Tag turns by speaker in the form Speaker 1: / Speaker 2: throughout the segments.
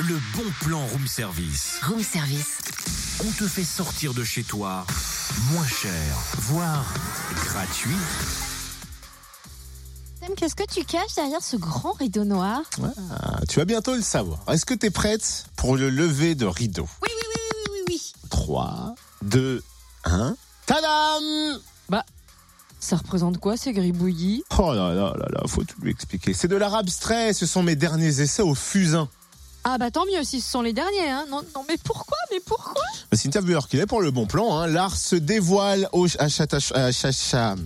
Speaker 1: Le bon plan room service.
Speaker 2: Room service.
Speaker 1: On te fait sortir de chez toi moins cher, voire gratuit.
Speaker 2: Sam, qu'est-ce que tu caches derrière ce grand rideau noir
Speaker 3: Ah, Tu vas bientôt le savoir. Est-ce que tu es prête pour le lever de rideau
Speaker 2: Oui, oui, oui, oui, oui, oui.
Speaker 3: 3, 2, 1. hein Tadam
Speaker 2: Ça représente quoi ces gribouillis
Speaker 3: Oh là là là là, faut tout lui expliquer. C'est de l'art abstrait, ce sont mes derniers essais au fusain.
Speaker 2: Ah bah tant mieux si ce sont les derniers, hein. Non, non mais pourquoi Mais pourquoi
Speaker 3: Cynthia Bueur qu'il est pour le bon plan, hein. l'art se dévoile au ch- à Chata- à Chacha.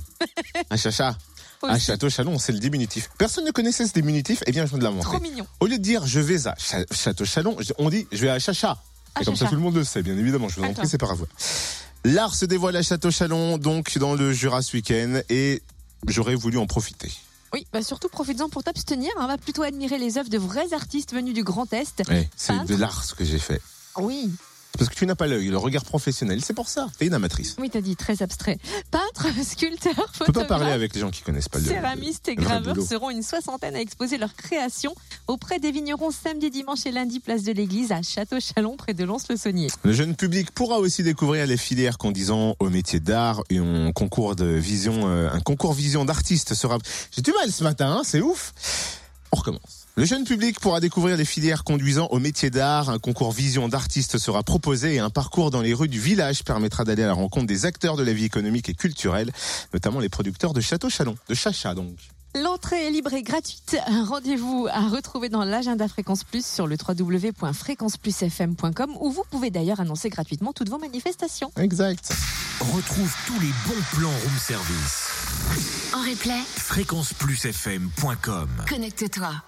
Speaker 3: À Chacha. À
Speaker 2: Aussi,
Speaker 3: Château Chalon, c'est le diminutif. Personne ne connaissait ce diminutif, eh bien je viens de la
Speaker 2: Trop
Speaker 3: montrer.
Speaker 2: mignon.
Speaker 3: Au lieu de dire je vais à Cha- Château Chalon, je- on dit je vais à Chacha.
Speaker 2: Ah,
Speaker 3: Et comme ça,
Speaker 2: chacha.
Speaker 3: tout le monde le sait, bien évidemment. Je vous en
Speaker 2: D'accord.
Speaker 3: prie, c'est par vous. L'art se dévoile à Château-Chalon, donc dans le Jura ce week-end, et j'aurais voulu en profiter.
Speaker 2: Oui, bah surtout profites-en pour t'abstenir. hein. Va plutôt admirer les œuvres de vrais artistes venus du Grand Est.
Speaker 3: c'est de
Speaker 2: Peintre.
Speaker 3: l'art ce que j'ai fait.
Speaker 2: Oui,
Speaker 3: Parce que tu n'as pas l'œil, le regard professionnel, c'est pour ça. T'es une amatrice.
Speaker 2: oui, t'as dit très abstrait. Peintre, sculpteur,
Speaker 3: Tu peux pas parler
Speaker 2: photographe,
Speaker 3: avec les gens qui connaissent pas le.
Speaker 2: céramistes et
Speaker 3: le vrai
Speaker 2: graveurs
Speaker 3: boulot.
Speaker 2: seront une soixantaine à exposer leurs créations auprès des vignerons samedi, dimanche et lundi, place de l'église à Château-Chalon, près de Lons-le-Saunier.
Speaker 3: Le jeune public pourra aussi découvrir les filières conduisant au métier d'art et un concours de vision, euh, un concours vision d'artistes sera. J'ai du mal ce matin, hein, c'est ouf. On recommence. Le jeune public pourra découvrir les filières conduisant au métier d'art. Un concours vision d'artistes sera proposé et un parcours dans les rues du village permettra d'aller à la rencontre des acteurs de la vie économique et culturelle, notamment les producteurs de Château Chalon, de Chacha donc.
Speaker 2: L'entrée est libre et gratuite. Un Rendez-vous à retrouver dans l'agenda Fréquence Plus sur le www.fréquenceplusfm.com où vous pouvez d'ailleurs annoncer gratuitement toutes vos manifestations.
Speaker 3: Exact.
Speaker 1: Retrouve tous les bons plans room service.
Speaker 4: En replay,
Speaker 1: Fréquenceplusfm.com
Speaker 4: connecte-toi.